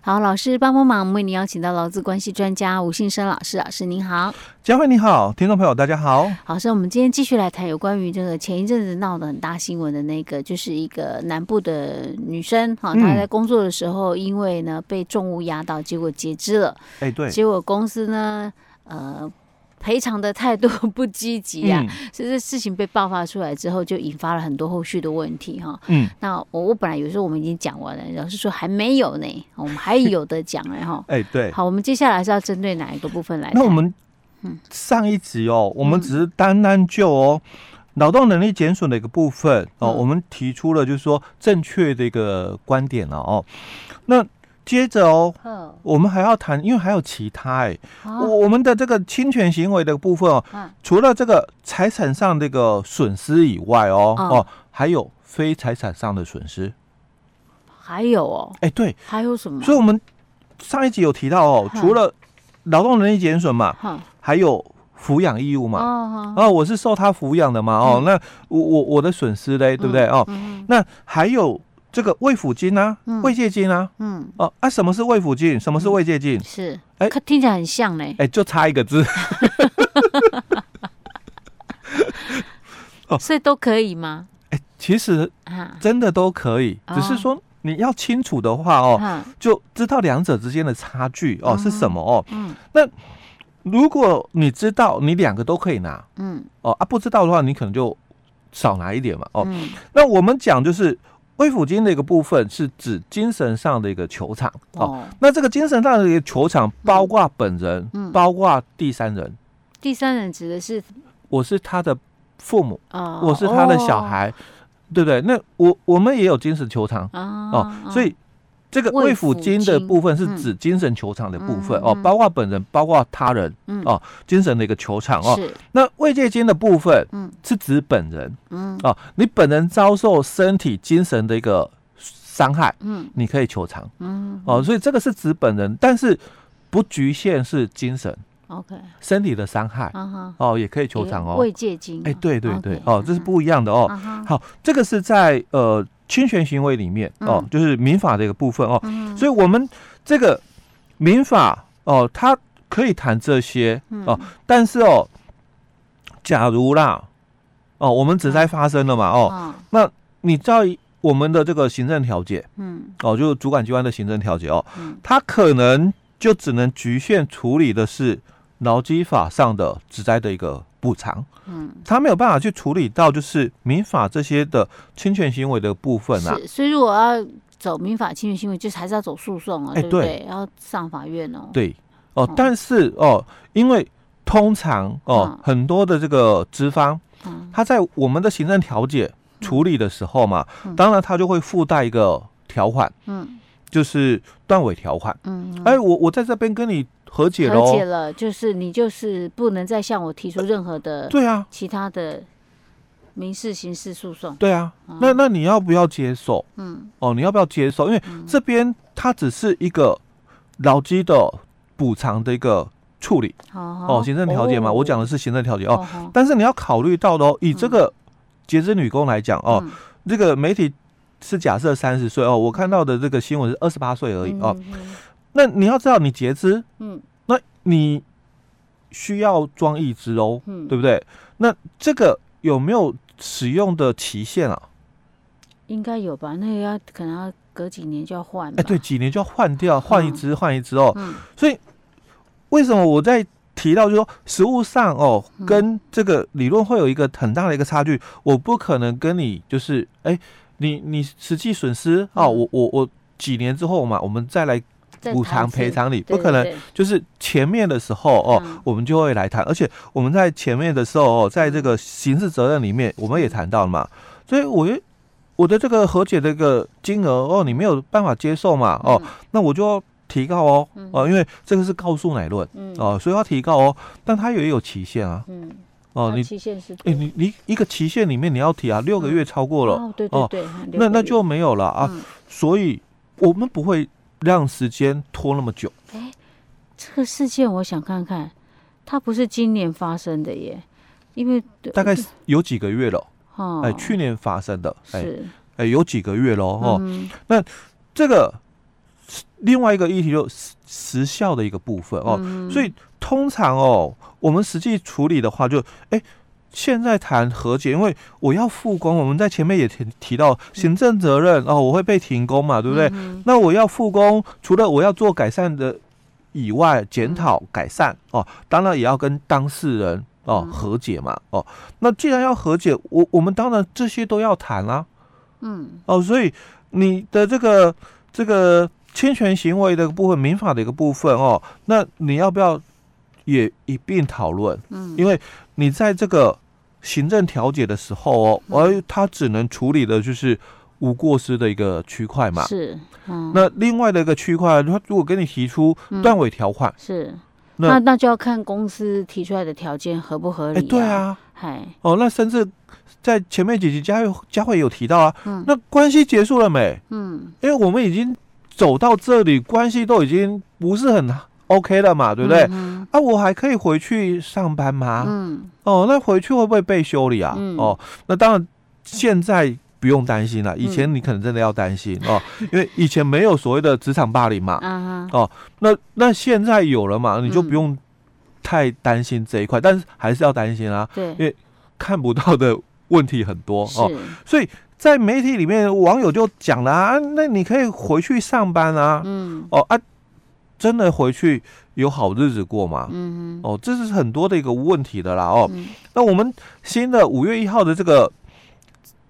好，老师帮帮忙，我们为您邀请到劳资关系专家吴信生老师，老师您好。佳慧你好，听众朋友大家好。好，所以我们今天继续来谈有关于这个前一阵子闹得很大新闻的那个，就是一个南部的女生哈，嗯她在工作的时候，因为呢被重物压到，结果截肢了，哎、对，结果公司呢，呃。赔偿的态度不积极啊，嗯所以这事情被爆发出来之后，就引发了很多后续的问题哈。嗯，那我我本来有时候我们已经讲完了，老师说还没有呢，我们还有的讲哎哈。哎、对。好，我们接下来是要针对哪一个部分来嗯谈？那我们上一集哦，我们只是单单就哦劳动能力减损的一个部分哦，嗯我们提出了就是说正确的一个观点了哦。那接着哦，哦，我们还要谈，因为还有其他哎、我好我们的这个侵权行为的部分哦，啊嗯除了这个财产上这个损失以外哦，嗯哦，还有非财产上的损失。还有哦，哎、对，还有什么？所以我们上一集有提到哦，嗯除了劳动能力减损嘛，哈还有抚养义务啊嘛。哦，啊，我是受他抚养的嘛，哦，那我我我的损失嘞，对不对？哦，嗯那还有这个慰抚金啊嗯，慰藉金啊，嗯，哦啊，什么是慰抚金？什么是慰藉金？是，哎可听起来很像呢。哎，就差一个字， 哦所以都可以吗？哎，其实啊，真的都可以，哦只是说你要清楚的话哦，哈就知道两者之间的差距哦是什么哦。嗯如果你知道你两个都可以拿，嗯哦啊，不知道的话，你可能就少拿一点嘛。哦，嗯那我们讲就是慰抚金的一个部分是指精神上的一个球场哦。哦，那这个精神上的一个球场，包括本人，嗯包括第三人，第三人指的是我是他的父母，哦，我是他的小哦孩，对不对？那我我们也有精神球场啊哦，所以。这个慰慰抚抚金的金部分是嗯指精神球场的部分、嗯哦，嗯包括本人，包括他人嗯哦精神的一个球场哦。是那慰藉金的部分嗯是指本人，嗯哦，你本人遭受身体、精神的一个伤害，嗯你可以求偿嗯哦。所以这个是指本人，但是不局限是精神、 ，OK 身体的伤害啊哈，哦，也可以求偿也哦慰。藉金啊，哎，对对对 OK，，哦，这是嗯不一样的哦。啊哈，好，这个是在呃侵权行为里面哦嗯，就是民法的一个部分哦。嗯所以我们这个民法哦，它可以谈这些嗯哦，但是哦，假如啦，哦，我们只在发生了嘛，哦，哦你在我们的这个行政调解嗯哦，就是主管机关的行政调解哦，嗯它可能就只能局限处理的是劳基法上的职灾的一个补偿，嗯。它没有办法去处理到就是民法这些的侵权行为的部分啊。是，所以如果要走民法侵权行为，就是还是要走诉讼啊，哎对不对对？要上法院哦。，对哦嗯，但是哦，因为通常哦嗯，很多的这个资方嗯他在我们的行政调解处理的时候嘛，当然他就会附带一个条款，嗯就是断尾条款。嗯，哎，我我在这边跟你和解和解喽。了，就是你就是不能再向我提出任何的对啊，其他的民事、刑事诉讼。对啊，那那你要不要接受？嗯哦，你要不要接受？因为这边它只是一个劳基的补偿的一个处理好哦，行政调解嘛，我讲的是行政调解哦。哦嗯但是你要考虑到的哦，以这个截肢女工来讲哦，，这个媒体是假设三十岁哦，我看到的这个新闻是二十八岁而已哦。嗯，嗯那你要知道，你截肢，嗯，那你需要装义肢哦，嗯对不对？那这个有没有使用的期限啊？应该有吧？那个要可能要隔几年就要换吧。哎，对，，几年就要换掉，换一嗯只，换一只哦。嗯所以为什么我在提到就是说，实物上哦，嗯跟这个理论会有一个很大的一个差距。我不可能跟你就是，哎，你你实际损失哦，嗯我我我几年之后嘛，我们再来再补谈偿赔次偿你，对不可能对对就是前面的时候哦，嗯我们就会来谈，而且我们在前面的时候哦，在这嗯个刑事责任里面，我们也谈到了嘛，所以我就我的这个和解的一个金额哦，你没有办法接受嘛，哦，嗯那我就要提告哦，哦，因为这个是告诉乃论嗯哦，所以要提告哦，但它也有期限啊，嗯，哦，那你期限是哎、你你一个期限里面你要提啊，六个月超过了，哦，对哦对对，六那个那月就没有了啊，嗯所以我们不会让时间拖那么久。哎这个事件，我想看看，它不是今年发生的耶，因为大概是有几个月了，嗯哦，哎，去年发生的，哎是哎，有几个月了哦。嗯这个另外一个议题就是时时效的一个部分哦，嗯所以通常哦，我们实际处理的话就，哎，现在谈和解，因为我要复工，我们在前面也提提到行政责任哦，我会被停工嘛，对不对？嗯那我要复工，除了我要做改善的以外，检讨改善哦，当然也要跟当事人哦嗯和解嘛哦。那既然要和解，我我们当然这些都要谈啦、嗯哦，所以你的这个这个侵权行为的部分，民法的一个部分哦，那你要不要也一并讨论？嗯因为你在这个行政调解的时候哦，嗯而他只能处理的就是无过失的一个区块嘛。是，嗯，那另外的一个区块，他如果跟你提出嗯断尾条款，是。那那那就要看公司提出来的条件合不合哎、理、对，啊，嗨，哦，那甚至在前面几集佳慧佳慧有提到啊，嗯那关系结束了没？嗯，因为我们已经走到这里，关系都已经不是很 OK 了嘛，对不对？嗯啊，我还可以回去上班吗？嗯哦，那回去会不会被修理啊？嗯哦，那当然，现在不用担心了。以前嗯你可能真的要担心、哦，因为以前没有所谓的职场霸凌嘛。啊哈，那那现在有了嘛，你就不嗯用太担心这一块，但是还是要担心啊，对，为看不到的问题很多是哦。，所以在媒体里面，网友就讲了啊，那你可以回去上班啊。嗯哦啊，真的回去有好日子过吗？嗯哼哦，这是很多的一个问题的啦哦。嗯那我们新的五月一号的这个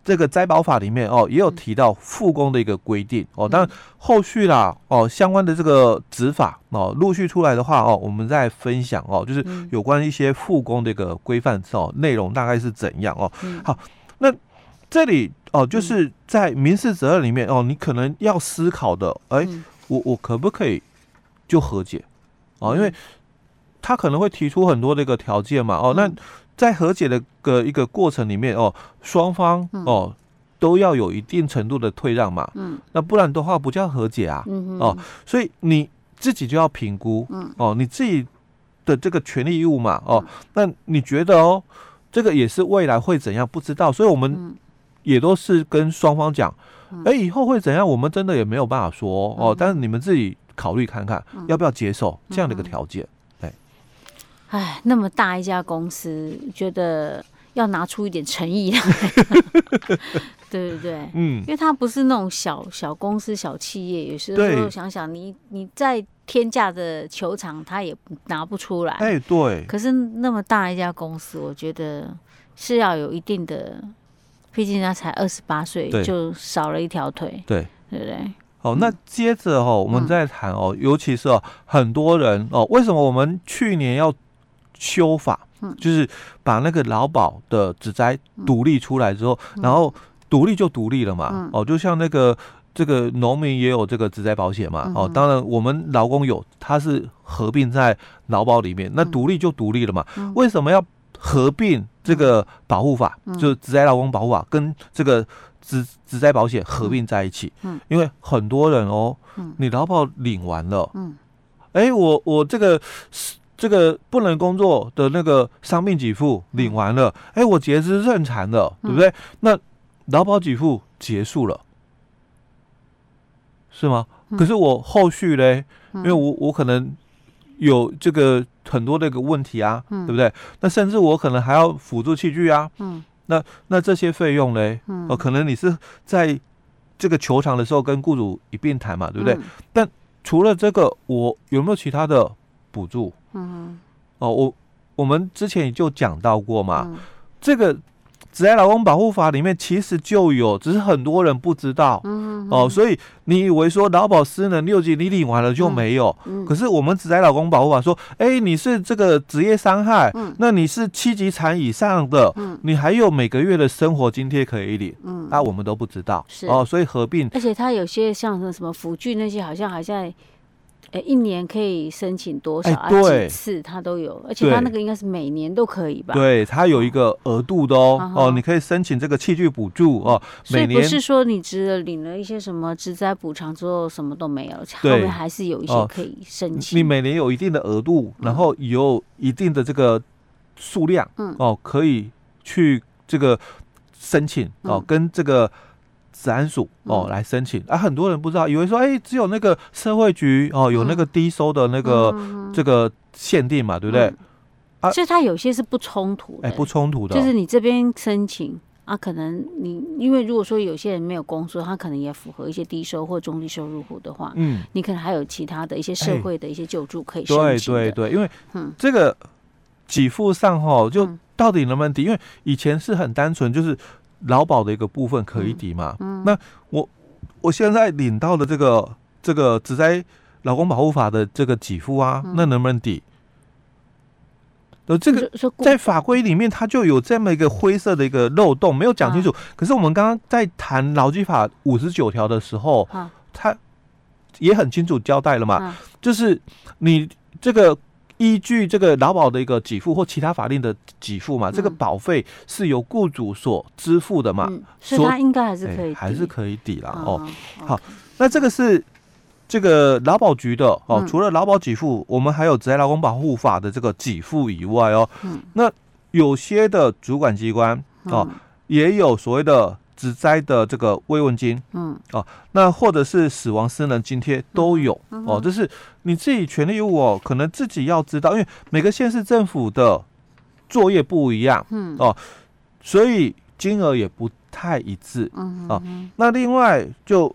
这个灾保法里面哦，嗯也有提到复工的一个规定哦。当然后续啦哦，相关的这个执法哦，陆续出来的话哦，我们再分享哦，就是嗯有关一些复工的一个规范哦，内容大概是怎样哦。嗯好这里哦，就是在民事责任里面哦，你可能要思考的，哎、嗯我我可不可以就和解？哦，因为嗯他可能会提出很多的一个条件嘛。哦，那嗯在和解的个一个过程里面，哦，双方嗯哦都要有一定程度的退让嘛。嗯那不然的话不叫和解啊。嗯哼哦，所以你自己就要评估嗯哦，你自己的这个权利义务嘛。哦，那你觉得哦，这个也是未来会怎样不知道，所以我们嗯也都是跟双方讲嗯，哎、以后会怎样，我们真的也没有办法说哦嗯，但是你们自己考虑看看，嗯要不要接受这样的一个嗯条件。哎，那么大一家公司，觉得要拿出一点诚意 来， 对不对？嗯因，为它不是那种小小公司、小企业，有时对候想想你，你在天价的球场，它也拿不出来。哎、对，可是那么大一家公司，我觉得是要有一定的，毕竟他才二十八岁对，就少了一条腿，对。对不对？哦，那接着哦，我们嗯再谈哦，尤其是哦，很多人哦，为什么我们去年要修法，嗯就是把那个劳保的职灾嗯独立出来之后，然后独立就独立了嘛，嗯哦，就像那个这个农民也有这个职灾保险嘛，嗯，哦哼当然我们劳工有，它是合并在劳保里面，那嗯独立就独立了嘛，嗯为什么要合并这个保护法，嗯就是职灾劳工保护法跟这个职职灾保险合并在一起？嗯因为很多人哦，嗯你劳保领完了，嗯哎，我我这个这个不能工作的那个伤病给付领完了，哎，我截肢认残了，对不嗯对？那劳保给付结束了，是吗？嗯可是我后续嘞，嗯因为我我可能有这个很多的一个问题啊，嗯对不对？那甚至我可能还要辅助器具啊，嗯那这些费用嘞，嗯哦、可能你是在这个球场的时候跟雇主一并谈嘛，对不对？嗯除了这个，我有没有其他的补助？嗯哦，我我们之前也就讲到过嘛，嗯这个《职业劳工保护法》里面其实就有，只是很多人不知道。嗯哦，所以你以为说劳保失能六级你领完了就没有，嗯可是我们只在老公保护法说，哎、你是这个职业伤害，嗯那你是七级产以上的，嗯你还有每个月的生活津贴可以领，嗯啊，我们都不知道，是哦，所以合并而且他有些像什么辅具那些，好像还在。呃，一年可以申请多少、哎啊？对几次他都有，而且他对那个应该是每年都可以吧？，哦对它有一个额度的哦啊，哈哦，你可以申请这个器具补助哦，所以每不年是说你只领了一些什么职灾补偿之后什么都没有，后对面还是有一些哦可以申请。你每年有一定的额度，然后有一定的这个数量，嗯哦，可以去这个申请哦嗯，跟这个治安署哦嗯来申请啊。很多人不知道，以为说哎、只有那个社会局哦有那个低收的那个嗯这个限定嘛，对不对？嗯啊所以它有些是不冲突的，哎，不冲突的，就是你这边申请啊，可能你因为如果说有些人没有工作，他可能也符合一些低收或中低收入户的话，嗯。你可能还有其他的一些社哎会的一些救助可以申对请对的对，因为嗯这个给付上哈，就嗯到底能不能抵？因为以前是很单纯，就是劳保的一个部分可以抵嘛。嗯那我我现在领到的这个这个只在劳工保护法的这个给付啊，那能不能抵？呃，这个说说嗯过在法规里面它就有这么一个灰色的一个漏洞，没有讲清啊楚。可是我们刚刚在谈劳基法五十九条的时候，啊，它也很清楚交代了嘛。啊就是你这个依据这个劳保的一个给付或其他法令的给付嘛，这个嗯保费是由雇主所支付的嘛，嗯，所以说他应该还是哎可以抵，还是可以抵啦、哦。啊好那这个是这个劳保局的哦，嗯除了劳保给付，我们还有职业劳工保护法的这个给付以外哦，嗯那有些的主管机关哦，也有所谓的职灾的这个慰问金，哦嗯那或者是死亡私人津贴都有、嗯哦，这是你自己权利义务哦，可能自己要知道，因为每个县市政府的作业不一样，嗯哦，所以金额也不太一致。嗯哦嗯那另外就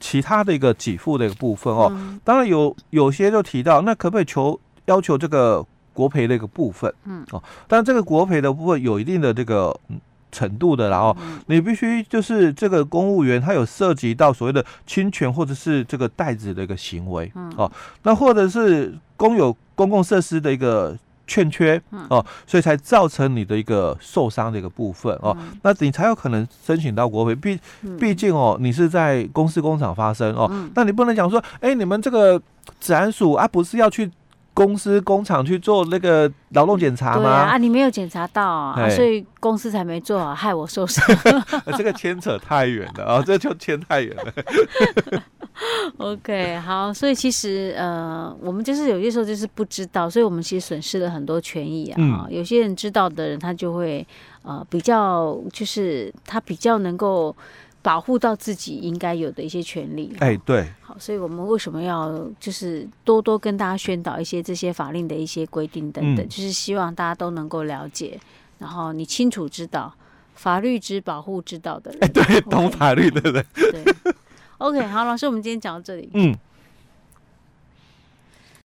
其他的一个给付的一个部分哦，嗯当然有有些就提到，那可不可以求要求这个国赔的一个部分？嗯哦，但这个国赔的部分有一定的这个嗯程度的啦哦，嗯你必须就是这个公务员他有涉及到所谓的侵权或者是这个代子的一个行为嗯哦，那或者是公有公共设施的一个。欠缺嗯哦，所以才造成你的一个受伤的一个部分哦，嗯那你才有可能申请到国赔。毕嗯毕竟哦，你是在公司工厂发生哦，嗯那你不能讲说，哎、你们这个治安署啊，不是要去公司工厂去做那个劳动检查对吗？啊，啊你没有检查到啊，啊哎所以公司才没做好，啊害我受伤。 呃这个牵扯太远了啊，这就牵 太远了。 OK，好，所以其实呃，我们就是有些时候就是不知道，所以我们其实损失了很多权益啊。嗯有些人知道的人，他就会呃比较，就是他比较能够保护到自己应该有的一些权利。啊哎、对，好，所以我们为什么要就是多多跟大家宣导一些这些法令的一些规定等等，嗯就是希望大家都能够了解，然后你清楚知道法律之保护之道的人，哎对，懂法律的人，对。OK，好，老师，我们今天讲到这里。嗯，